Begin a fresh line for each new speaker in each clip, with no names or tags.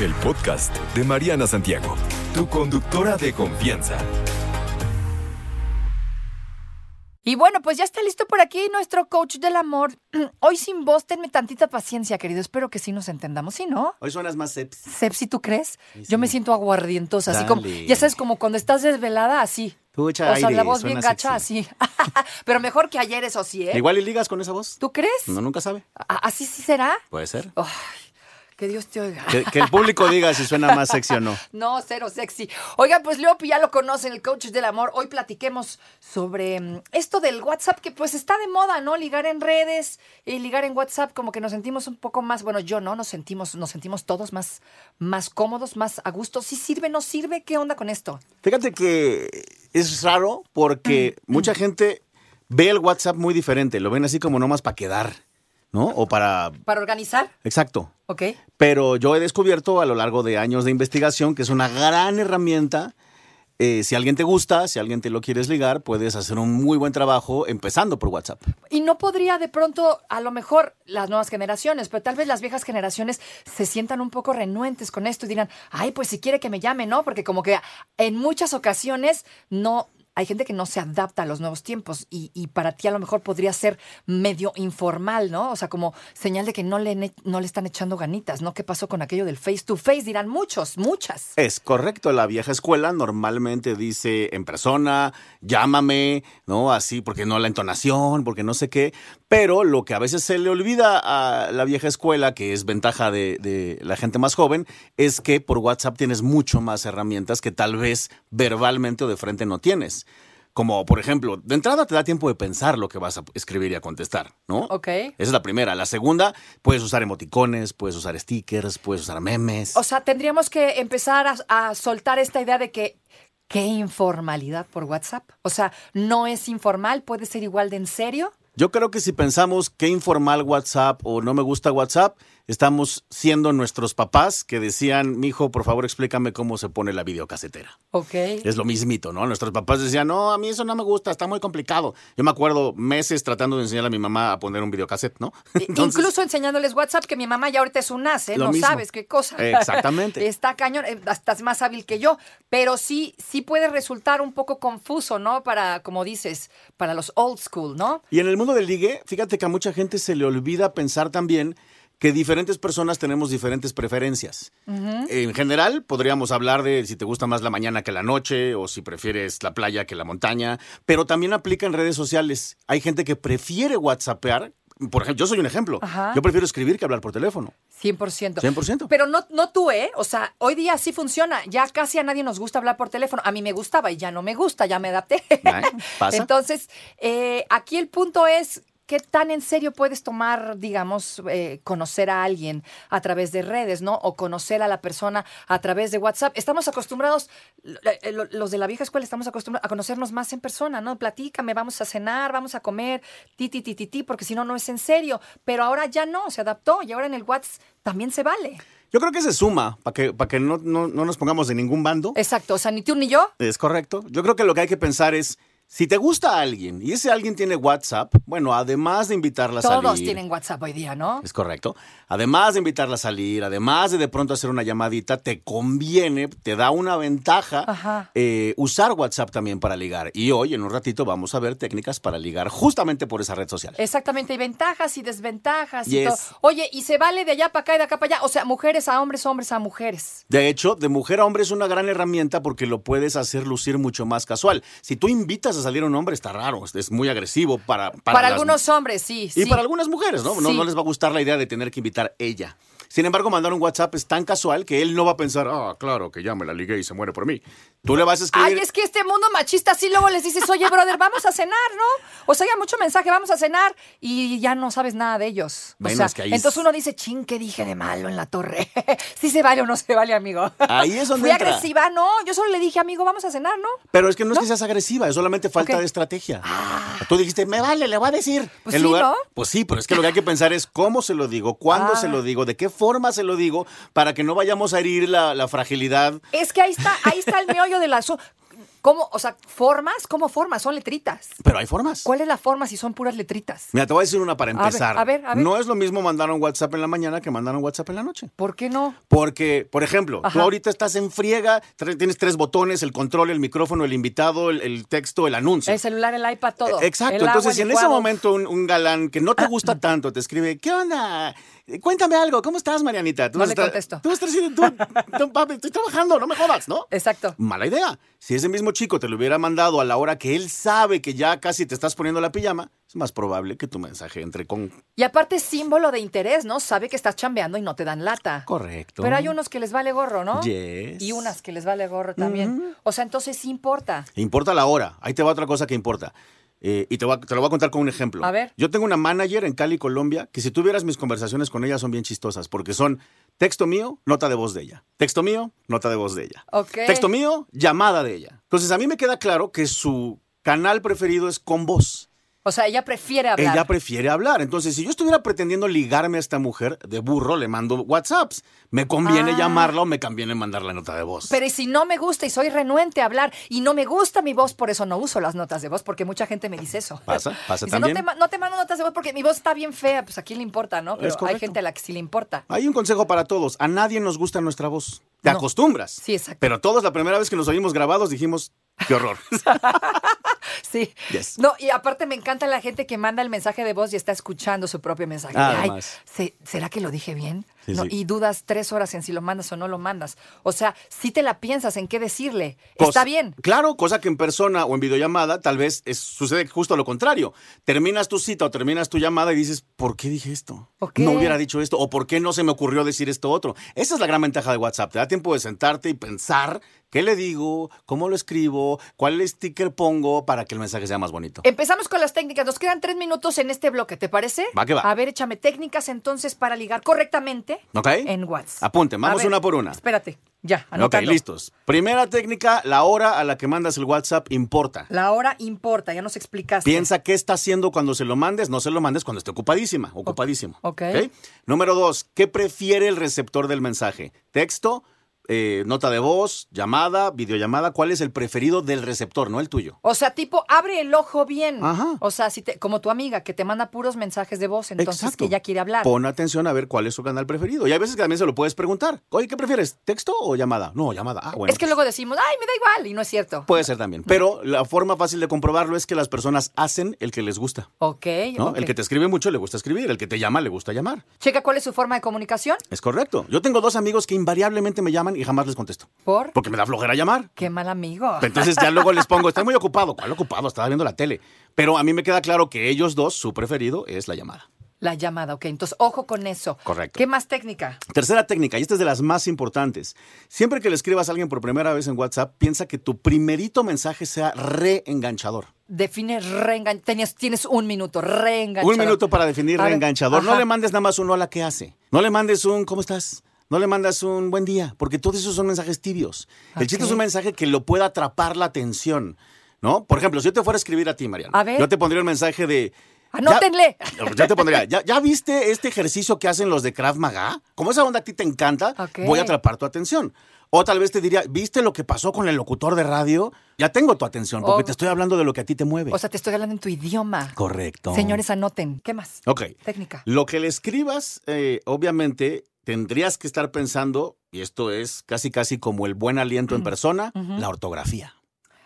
El podcast de Mariana Santiago, tu conductora de confianza.
Y bueno, pues ya está listo por aquí nuestro coach del amor. Hoy sin voz, tenme tantita paciencia, querido. Espero que sí nos entendamos. Si no,
Hoy suenas más seps.
Sepsi, ¿tú crees? Yo me siento aguardientosa, así
Dale.
como, ya sabes, como cuando estás desvelada, así.
Pucha
o sea,
aire,
la voz bien
suena
gacha,
sexy.
así. Pero mejor que ayer, eso sí, ¿eh?
Igual y ligas con esa voz.
¿Tú crees?
No, nunca sabe.
¿A- ¿Así sí será?
Puede ser.
Ay, que Dios te oiga.
Que, que el público diga si suena más sexy o no.
No, cero sexy. Oigan, pues Leopi ya lo conocen, el coach del amor. Hoy platiquemos sobre mm, esto del WhatsApp, que pues está de moda, ¿no? Ligar en redes y ligar en WhatsApp, como que nos sentimos un poco más, bueno, yo no, nos sentimos, nos sentimos todos más, más cómodos, más a gusto. ¿Sí sirve, no sirve? ¿Qué onda con esto?
Fíjate que es raro porque
Mm.
mucha gente ve el WhatsApp muy diferente. Lo ven así como nomás para quedar, ¿no? O para.
¿Para organizar?
Exacto.
¿Ok?
Pero yo he descubierto a lo largo de años de investigación que es una gran herramienta. Eh, si alguien te gusta, si alguien te lo quieres ligar, puedes hacer un muy buen trabajo empezando por WhatsApp.
Y no podría de pronto, a lo mejor, las nuevas generaciones, pero tal vez las viejas generaciones se sientan un poco renuentes con esto y dirán, ay, pues si quiere que me llame, ¿no? Porque como que en muchas ocasiones no... Hay gente que no se adapta a los nuevos tiempos y, y para ti a lo mejor podría ser medio informal, ¿no? O sea, como señal de que no le, ne- no le están echando ganitas, ¿no? ¿Qué pasó con aquello del face to face? Dirán muchos, muchas.
Es correcto, la vieja escuela normalmente dice en persona, llámame, ¿no? Así, porque no la entonación, porque no sé qué. Pero lo que a veces se le olvida a la vieja escuela, que es ventaja de, de la gente más joven, es que por WhatsApp tienes mucho más herramientas que tal vez verbalmente o de frente no tienes. Como, por ejemplo, de entrada te da tiempo de pensar lo que vas a escribir y a contestar, ¿no?
Ok.
Esa es la primera. La segunda, puedes usar emoticones, puedes usar stickers, puedes usar memes.
O sea, tendríamos que empezar a, a soltar esta idea de que qué informalidad por WhatsApp. O sea, no es informal, puede ser igual de en serio.
Yo creo que si pensamos qué informal WhatsApp o no me gusta WhatsApp, estamos siendo nuestros papás que decían, mijo, por favor explícame cómo se pone la videocasetera.
Ok.
Es lo mismito, ¿no? Nuestros papás decían, no, a mí eso no me gusta, está muy complicado. Yo me acuerdo meses tratando de enseñarle a mi mamá a poner un videocassette, ¿no? Entonces-
E Incluso enseñándoles WhatsApp, que mi mamá ya ahorita es un as, ¿eh?
Lo
no
mismo.
sabes qué cosa.
Exactamente.
Está cañón, eh, hasta es más hábil que yo, pero sí, sí puede resultar un poco confuso, ¿no? Para, como dices, para los old school, ¿no?
Y en el mundo del ligue, fíjate que a mucha gente se le olvida pensar también que diferentes personas tenemos diferentes preferencias. En general, podríamos hablar de si te gusta más la mañana que la noche o si prefieres la playa que la montaña, pero también aplica en redes sociales. Hay gente que prefiere WhatsAppear. Por ejemplo, yo soy un ejemplo.
Ajá.
Yo prefiero escribir que hablar por teléfono.
100%.
100%.
Pero no, no tú, ¿eh? O sea, hoy día sí funciona. Ya casi a nadie nos gusta hablar por teléfono. A mí me gustaba y ya no me gusta, ya me adapté.
Ay, pasa.
Entonces, eh, aquí el punto es, ¿qué tan en serio puedes tomar, digamos, eh, conocer a alguien a través de redes, ¿no? O conocer a la persona a través de WhatsApp. Estamos acostumbrados, lo- eh, lo- los de la vieja escuela estamos acostumbrados a conocernos más en persona, ¿no? Platícame, vamos a cenar, vamos a comer, ti, ti, ti, ti, ti, porque si no, no es en serio. Pero ahora ya no, se adaptó y ahora en el WhatsApp también se vale.
Yo creo que se suma para que, para que no, no- no nos pongamos de ningún bando.
Exacto, o sea, ni tú ni yo.
Es correcto. Yo creo que lo que hay que pensar es, si te gusta alguien y ese alguien tiene WhatsApp, bueno, además de invitarla a salir...
Todos tienen WhatsApp hoy día, ¿no?
Es correcto. Además de invitarla a salir, además de de pronto hacer una llamadita, te conviene, te da una ventaja
Ajá.
eh, usar WhatsApp también para ligar. Y hoy, en un ratito, vamos a ver técnicas para ligar justamente por esa red social.
Exactamente, y ventajas y desventajas y
Yes.
todo. Oye, y se vale de allá para acá y de acá para allá. O sea, mujeres a hombres, hombres a mujeres.
De hecho, de mujer a hombre es una gran herramienta porque lo puedes hacer lucir mucho más casual. Si tú invitas a salir a un hombre, está raro, es- es muy agresivo para...
Para,
las-
algunos hombres, sí.
Y
sí.
para algunas mujeres, ¿no? No,
Sí.
no les va a gustar la idea de tener que invitar ella. Sin embargo, mandar un WhatsApp es tan casual que él no va a pensar, ah, claro, que ya me la ligué y se muere por mí. Tú le vas a escribir.
Ay, es que este mundo machista, sí luego les dices, oye, brother, vamos a cenar, ¿no? O sea, ya mucho mensaje, vamos a cenar, y ya no sabes nada de ellos. O
Bueno,
sea,
es que ahí es-
entonces uno dice, chin, ¿qué dije de malo en la torre? ¿Sí se vale o no se vale, amigo?
Ahí es donde
Fui
entra.
agresiva, no, yo solo le dije, amigo, vamos a cenar, ¿no?
Pero es que no es que seas agresiva, es solamente falta
Ok. Ah.
de estrategia. Tú dijiste, me vale, le voy a decir.
Pues sí, ¿no? Ah.
Pues sí, pero es que lo que hay que pensar es cómo se lo digo, cuándo se lo digo, de qué forma se lo digo, para que no vayamos a herir la, la fragilidad.
Es que ahí está, ahí está el meollo del asunto. ¿Cómo, o sea, formas? ¿Cómo formas? Son letritas.
Pero hay formas.
¿Cuál es la forma si son puras letritas?
Mira, te voy a decir una para
ver,
empezar.
a ver, a ver.
No es lo mismo mandar un WhatsApp en la mañana que mandar un WhatsApp en la noche.
¿Por qué no?
Porque, por ejemplo, tú
Ajá.
ahorita estás en friega, tre- tienes tres botones, el control, el micrófono, el invitado, el, el texto, el anuncio.
El celular, el iPad, todo.
Eh, Exacto.
El agua,
Entonces, si en ese
licuado. Ah.
momento un, un galán que no te gusta tanto te escribe, ¿qué onda? Eh, Cuéntame algo, ¿cómo estás, Marianita? Tú
No
vas a
le
estar-
contesto.
Tú vas a estar diciendo, "Tú- tú, papi, estoy trabajando, no me jodas, ¿no?
Exacto.
Mala idea. Si ese mismo chico te lo hubiera mandado a la hora que él sabe que ya casi te estás poniendo la pijama, es más probable que tu mensaje entre con
Y aparte es símbolo de interés, ¿no? Sabe que estás chambeando y no te dan lata.
correcto.
Pero hay unos que les vale gorro, ¿no?
Yes.
Y unas que les vale gorro también. O sea, entonces sí importa.
Importa la hora. Ahí te va otra cosa que importa. Eh, y te, voy a- te lo voy a contar con un ejemplo.
A ver.
Yo tengo una manager en Cali, Colombia, que si tuvieras mis conversaciones con ella son bien chistosas, porque son texto mío, nota de voz de ella. Texto mío, nota de voz de ella.
Ok.
Texto mío, llamada de ella. Entonces a mí me queda claro que su canal preferido es con voz.
O sea, ella prefiere hablar.
Ella prefiere hablar. Entonces, si yo estuviera pretendiendo ligarme a esta mujer de burro, le mando WhatsApps. Me conviene llamarla o me conviene mandar la nota de voz.
Ah. Pero ¿y si no me gusta y soy renuente a hablar y no me gusta mi voz, por eso no uso las notas de voz, porque mucha gente me dice eso.
Pasa, pasa
Dice,
también.
No te, ma- no te mando notas de voz porque mi voz está bien fea. Pues a quién le importa, ¿no? Pero hay
correcto.
gente a la que sí le importa.
Hay un consejo para todos. A nadie nos gusta nuestra voz. Te
No.
acostumbras.
Sí, exacto.
Pero todos la primera vez que nos oímos grabados dijimos, qué horror.
Sí.
Yes.
No, y aparte me encanta la gente que manda el mensaje de voz y está escuchando su propio mensaje.
Ah, Además.
Ay, ¿se- ¿será que lo dije bien?
Sí,
No,
sí.
Y dudas tres horas en si lo mandas o no lo mandas. O sea, si te la piensas en qué decirle.
Cosa-
Está bien.
Claro, cosa que en persona o en videollamada tal vez es- sucede justo lo contrario. Terminas tu cita o terminas tu llamada y dices, ¿por qué dije esto?
¿Por qué?
No hubiera dicho esto o ¿por qué no se me ocurrió decir esto otro? Esa es la gran ventaja de WhatsApp. Te da tiempo de sentarte y pensar qué le digo, cómo lo escribo, cuál sticker pongo para que el mensaje sea más bonito.
Empezamos con las técnicas. Nos quedan tres minutos en este bloque, ¿te parece?
Va que va.
A ver, échame técnicas entonces para ligar correctamente
¿Ok?
en WhatsApp.
Apunten,
A
vamos
ver,
una por una.
Espérate, ya,
Ok,
anotando.
listos. Primera técnica, la hora a la que mandas el WhatsApp importa.
La hora importa, ya nos explicaste.
Piensa qué está haciendo cuando se lo mandes, no se lo mandes cuando esté ocupadísima, ocupadísimo.
ok.
Número dos, ¿qué prefiere el receptor del mensaje? ¿Texto, eh, nota de voz, llamada, videollamada? ¿Cuál es el preferido del receptor, no el tuyo?
O sea, tipo, abre el ojo bien.
Ajá.
O sea, si te, como tu amiga que te manda puros mensajes de voz, entonces
Exacto.
que ya quiere hablar.
Pon atención a ver cuál es su canal preferido. Y hay veces que también se lo puedes preguntar. Oye, ¿qué prefieres? ¿Texto o llamada? No, llamada. Ah, bueno.
Es que luego decimos, ay, me da igual, y no es cierto.
Puede ser también. Pero la forma fácil de comprobarlo es que las personas hacen el que les gusta.
ok,
¿no?
ok.
El que te escribe mucho le gusta escribir, el que te llama le gusta llamar.
Checa cuál es su forma de comunicación.
Es correcto. Yo tengo dos amigos que invariablemente me llaman y jamás les contesto.
¿Por?
Porque me da flojera llamar.
Qué mal amigo.
Entonces ya luego les pongo, estoy muy ocupado. ¿Cuál ocupado? Estaba viendo la tele. Pero a mí me queda claro que ellos dos, su preferido es la llamada.
La llamada, ok. Entonces, ojo con eso.
Correcto.
¿Qué más técnica?
Tercera técnica, y esta es de las más importantes. Siempre que le escribas a alguien por primera vez en WhatsApp, piensa que tu primerito mensaje sea reenganchador.
Define reenganchador. Tienes, tienes un minuto, reenganchador.
Un minuto para definir
A ver,
reenganchador. No
ajá.
le mandes nada más un hola que hace. No le mandes un ¿cómo estás? No le mandas un buen día, porque todos esos son mensajes tibios. El chiste es un mensaje que lo pueda atrapar la atención, ¿no? Por ejemplo, si yo te fuera a escribir a ti, Mariana,
A ver.
yo te pondría un mensaje de... "Ya-
Anótenle.
Yo te pondría, ¿ya, ya viste este ejercicio que hacen los de Krav Maga? Como esa onda a ti te encanta,
Ok.
voy a atrapar tu atención. O tal vez te diría, ¿viste lo que pasó con el locutor de radio? Ya tengo tu atención, porque
Oh.
te estoy hablando de lo que a ti te mueve.
O sea, te estoy hablando en tu idioma.
Correcto.
Señores, anoten. ¿Qué más?
Ok.
Técnica.
Lo que le escribas, eh, obviamente, tendrías que estar pensando, y esto es casi casi como el buen aliento en persona, la ortografía.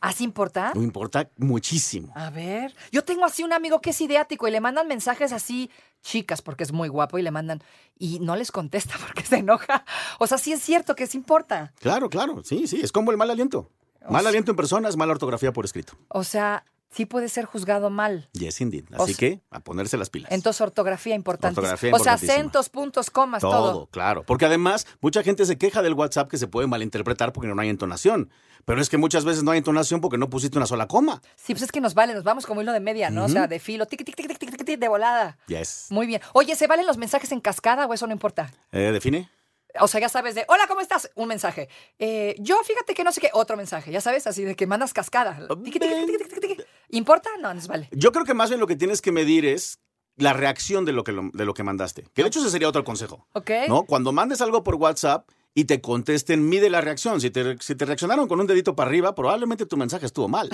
¿Así importa?
No importa muchísimo.
A ver, yo tengo así un amigo que es ideático y le mandan mensajes así, chicas, porque es muy guapo y le mandan y no les contesta porque se enoja. O sea, sí es cierto que sí importa.
Claro, claro, sí, sí, es como el mal aliento. Mal aliento en persona es mala ortografía por escrito.
O sea, sí puede ser juzgado mal.
Yes, indeed.
O
Así
sea-
que a ponerse las pilas.
Entonces, ortografía importante.
Ortografía
O sea,
importantísima.
acentos, puntos, comas,
todo,
todo.
claro. Porque además, mucha gente se queja del WhatsApp que se puede malinterpretar porque no hay entonación. Pero es que muchas veces no hay entonación porque no pusiste una sola coma.
Sí, pues es que nos vale, nos vamos como hilo de media, ¿no? O sea, de filo, tic, tic, tic, tic, tic, tic, tic, de volada.
Yes.
Muy bien. Oye, ¿se valen los mensajes en cascada o eso no importa?
Eh, define.
O sea, ya sabes de, hola, ¿cómo estás? Un mensaje. Eh, yo, fíjate que no sé qué, otro mensaje. Ya sabes, así de que mandas cascada. Tiqui, tiqui, tiqui, tiqui, tiqui, tiqui. ¿Importa? No, nos vale.
Yo creo que más bien lo que tienes que medir es la reacción de lo que, lo- de lo que mandaste. Que de hecho ese sería otro consejo.
Ok.
¿No? Cuando mandes algo por WhatsApp y te contesten, mide la reacción. Si te, si te reaccionaron con un dedito para arriba, probablemente tu mensaje estuvo mal.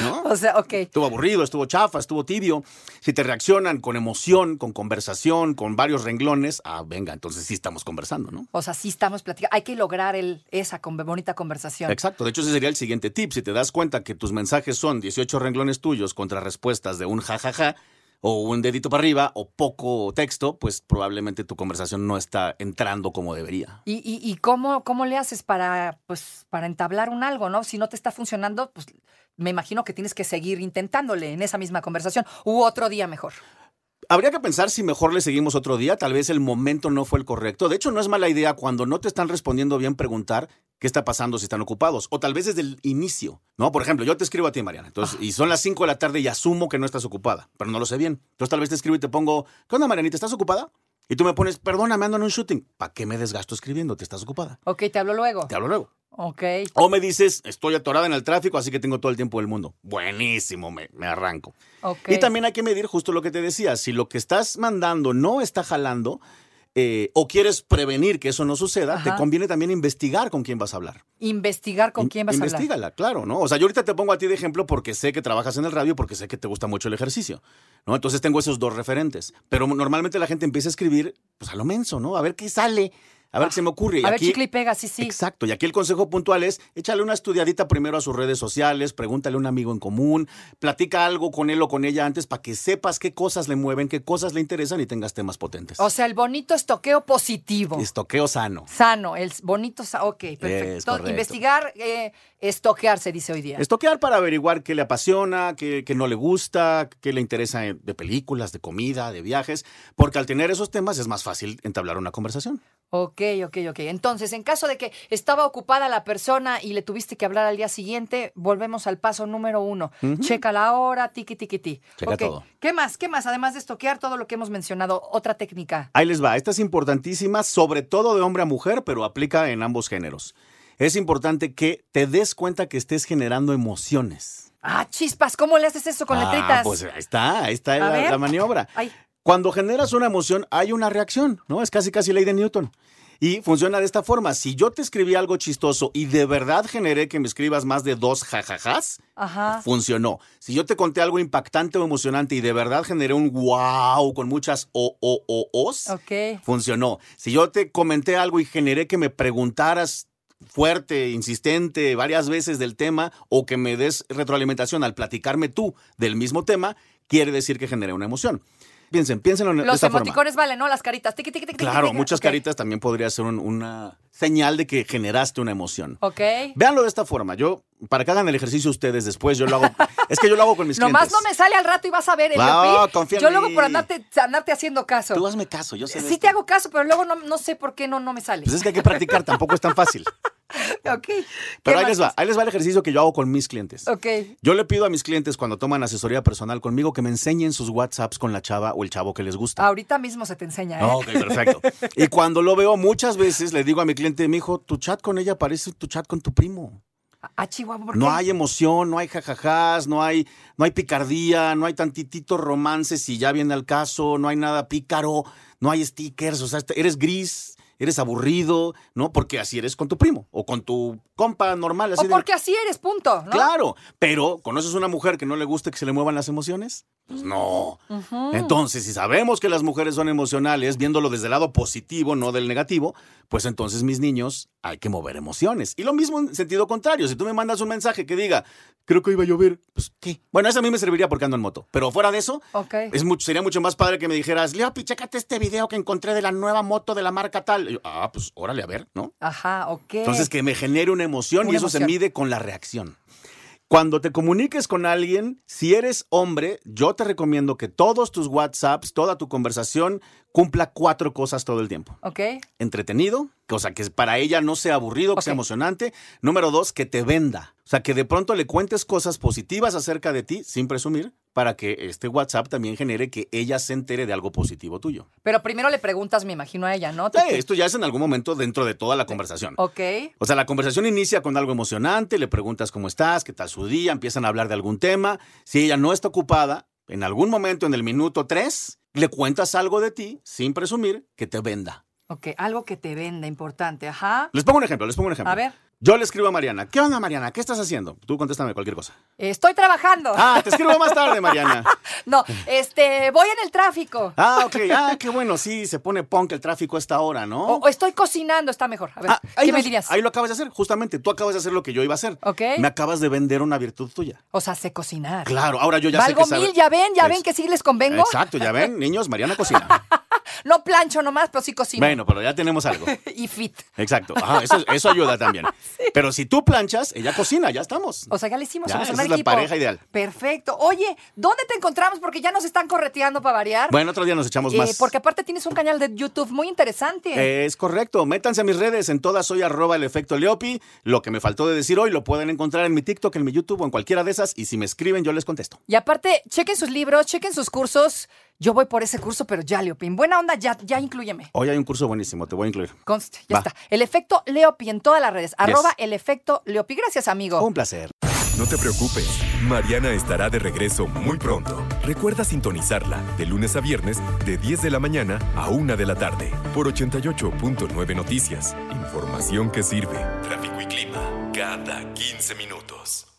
¿No?
O sea, ok.
Estuvo aburrido, estuvo chafa, estuvo tibio. Si te reaccionan con emoción, con conversación, con varios renglones, ah, venga, entonces sí estamos conversando, ¿no?
O sea, sí estamos platicando. Hay que lograr el, esa con- bonita conversación.
Exacto. De hecho, ese sería el siguiente tip. Si te das cuenta que tus mensajes son 18 renglones tuyos contra respuestas de un jajaja o un dedito para arriba o poco texto, pues probablemente tu conversación no está entrando como debería.
¿Y, y, y cómo, cómo le haces para, pues, para entablar un algo, no? Si no te está funcionando, pues me imagino que tienes que seguir intentándole en esa misma conversación u otro día mejor.
Habría que pensar si mejor le seguimos otro día, tal vez el momento no fue el correcto. De hecho, no es mala idea cuando no te están respondiendo bien preguntar qué está pasando si están ocupados. O tal vez desde el inicio, ¿no? Por ejemplo, yo te escribo a ti, Mariana, entonces, y son las 5 de la tarde y asumo que no estás ocupada, pero no lo sé bien. Entonces tal vez te escribo y te pongo, ¿qué onda, Marianita? ¿Estás ocupada? Y tú me pones, perdona, me ando en un shooting. ¿Para qué me desgasto escribiendo? ¿Te estás ocupada?
Ok, te hablo luego.
Te hablo luego.
Ok.
O me dices, estoy atorada en el tráfico, así que tengo todo el tiempo del mundo. Buenísimo, me, me arranco.
Ok.
Y también hay que medir justo lo que te decía, si lo que estás mandando no está jalando eh, o quieres prevenir que eso no suceda, te
Ajá.
conviene también investigar con quién vas a hablar.
Investigar con
In-
quién vas a hablar.
Investígala, claro, ¿no? O sea, yo ahorita te pongo a ti de ejemplo porque sé que trabajas en el radio, porque sé que te gusta mucho el ejercicio, ¿no? Entonces tengo esos dos referentes. Pero normalmente la gente empieza a escribir, pues a lo menso, ¿no? A ver qué sale, a ver qué se me ocurre. Y
Ah, A ver,
aquí-
chicle y pega, sí, sí.
Exacto, y aquí el consejo puntual es, échale una estudiadita primero a sus redes sociales, pregúntale a un amigo en común, platica algo con él o con ella antes para que sepas qué cosas le mueven, qué cosas le interesan y tengas temas potentes.
O sea, el bonito estoqueo positivo.
Estoqueo sano.
Sano, el bonito. sa- Ok, perfecto.
correcto.
Investigar, eh, estoquear, se dice hoy día.
Estoquear para averiguar qué le apasiona, qué, qué no le gusta, qué le interesa en- de películas, de comida, de viajes, porque al tener esos temas es más fácil entablar una conversación.
Ok, ok, ok. Entonces, en caso de que estaba ocupada la persona y le tuviste que hablar al día siguiente, volvemos al paso número uno. Checa la hora, tiqui, tiqui, ti.
Checa
Ok,
todo.
¿Qué más? ¿Qué más? Además de estoquear todo lo que hemos mencionado, otra técnica.
Ahí les va, esta es importantísima, sobre todo de hombre a mujer, pero aplica en ambos géneros. Es importante que te des cuenta que estés generando emociones.
Ah, chispas, ¿cómo le haces eso con letritas?
Ah, pues ahí está, ahí está
A
la,
ver.
la maniobra.
Ay.
Cuando generas una emoción, hay una reacción, ¿no? Es casi casi ley de Newton. Y funciona de esta forma. Si yo te escribí algo chistoso y de verdad generé que me escribas más de dos jajajas,
Ajá.
funcionó. Si yo te conté algo impactante o emocionante y de verdad generé un wow con muchas o, o, o, os,
Ok.
funcionó. Si yo te comenté algo y generé que me preguntaras fuerte, insistente, varias veces del tema o que me des retroalimentación al platicarme tú del mismo tema, quiere decir que generé una emoción. Piensen, piénsenlo en- de
Los
esta forma.
emoticones valen, ¿no? Las caritas. Tiqui, tiqui, tiqui, tiqui,
Claro,
tiqui.
muchas
Ok.
caritas también podría ser un- una señal de que generaste una emoción.
Ok.
Véanlo de esta forma. Yo, para que hagan el ejercicio ustedes después, yo lo hago. es que yo lo hago con mis
Nomás
clientes.
no me sale al rato y vas a ver el
No,
Yopi.
confía en
Yo luego
mí.
por andarte, andarte haciendo caso.
Tú hazme caso, yo sé. de
Sí
esto.
te hago caso, pero luego no, no sé por qué no, no me sale.
Pues es que hay que practicar, tampoco es tan fácil.
ok. ¿Qué
Pero ahí
más?
les va, ahí les va el ejercicio que yo hago con mis clientes.
Ok.
Yo le pido a mis clientes cuando toman asesoría personal conmigo que me enseñen sus WhatsApps con la chava o el chavo que les gusta.
Ahorita mismo se te enseña, ¿eh?
Ah, Ok, perfecto. Y cuando lo veo, muchas veces le digo a mi cliente, mi hijo, tu chat con ella parece tu chat con tu primo.
Ah, Chihuahua, ¿por
No
qué?
hay emoción, no hay jajajás, no hay, no hay picardía, no hay tantitito romance si ya viene al caso, no hay nada pícaro, no hay stickers, o sea, este- eres gris, eres aburrido, ¿no? Porque así eres con tu primo o con tu compa normal. Así
O
de-
porque así eres, punto, ¿no?
Claro, pero ¿conoces una mujer que no le guste que se le muevan las emociones? Pues no. Entonces, si sabemos que las mujeres son emocionales, viéndolo desde el lado positivo, no del negativo, pues entonces, mis niños, hay que mover emociones. Y lo mismo en sentido contrario. Si tú me mandas un mensaje que diga, creo que iba a llover, pues ¿qué? Bueno, eso a mí me serviría porque ando en moto. Pero fuera de eso,
Ok.
es mucho, sería mucho más padre que me dijeras, Leopi, chécate este video que encontré de la nueva moto de la marca tal. Y yo, ah, pues órale, a ver, ¿no?
Ajá, ok.
Entonces, que me genere una emoción y
Una
eso se
emoción.
mide con la reacción. Cuando te comuniques con alguien, si eres hombre, yo te recomiendo que todos tus WhatsApps, toda tu conversación, cumpla cuatro cosas todo el tiempo.
¿Ok?
Entretenido, cosa que para ella no sea aburrido, que sea
Ok.
emocionante. Número dos, que te venda. O sea, que de pronto le cuentes cosas positivas acerca de ti, sin presumir, para que este WhatsApp también genere que ella se entere de algo positivo tuyo.
Pero primero le preguntas, me imagino a ella, ¿no?
Sí, esto ya es en algún momento dentro de toda la conversación.
Ok.
O sea, la conversación inicia con algo emocionante, le preguntas cómo estás, qué tal su día, empiezan a hablar de algún tema. Si ella no está ocupada, en algún momento, en el minuto 3, le cuentas algo de ti, sin presumir, que te venda.
Ok, algo que te venda, importante, ajá.
Les pongo un ejemplo, les pongo un ejemplo.
A ver.
Yo le escribo a Mariana. ¿Qué onda, Mariana? ¿Qué estás haciendo? Tú contéstame cualquier cosa.
Estoy trabajando.
Ah, te escribo más tarde, Mariana.
No, este, voy en el tráfico.
Ah, ok. Ah, qué bueno. Sí, se pone punk el tráfico a esta hora, ¿no?
O, o estoy cocinando, está mejor. A ver,
Ah, ahí
¿qué
lo-
me dirías?
Ahí lo acabas de hacer, justamente. Tú acabas de hacer lo que yo iba a hacer.
Ok.
Me acabas de vender una virtud tuya.
O sea, sé cocinar.
Claro, ahora yo ya
Valgo
sé que
mil, ya ven, ya ven que sí les convengo.
Exacto, ya ven, niños, Mariana cocina.
No plancho nomás, pero sí cocino.
bueno, pero ya tenemos algo.
Y fit.
Exacto, Ajá, eso, eso ayuda también. Pero si tú planchas, ella cocina, ya estamos.
O sea, ya le hicimos.
Ya,
somos un
esa es la
equipo.
pareja ideal.
Perfecto. Oye, ¿dónde te encontramos? Porque ya nos están correteando para variar.
Bueno, otro día nos echamos
Eh,
más. Eh.
porque aparte tienes un canal de YouTube muy interesante.
Es correcto, métanse a mis redes, en todas soy arroba el efecto Leopi. Lo que me faltó de decir hoy lo pueden encontrar en mi TikTok, en mi YouTube o en cualquiera de esas. Y si me escriben, yo les contesto.
Y aparte, chequen sus libros, chequen sus cursos. Yo voy por ese curso, pero ya, Leopin. Buena onda, ya, ya incluyeme.
Hoy hay un curso buenísimo, te voy a incluir.
Conste, ya
Va.
está. El efecto Leopi en todas las redes. Arroba el efecto Leopi. Gracias, amigo.
Un placer.
No te preocupes, Mariana estará de regreso muy pronto. Recuerda sintonizarla de lunes a viernes de 10 de la mañana a 1 de la tarde por 88.9 Noticias. Información que sirve. Tráfico y clima cada 15 minutos.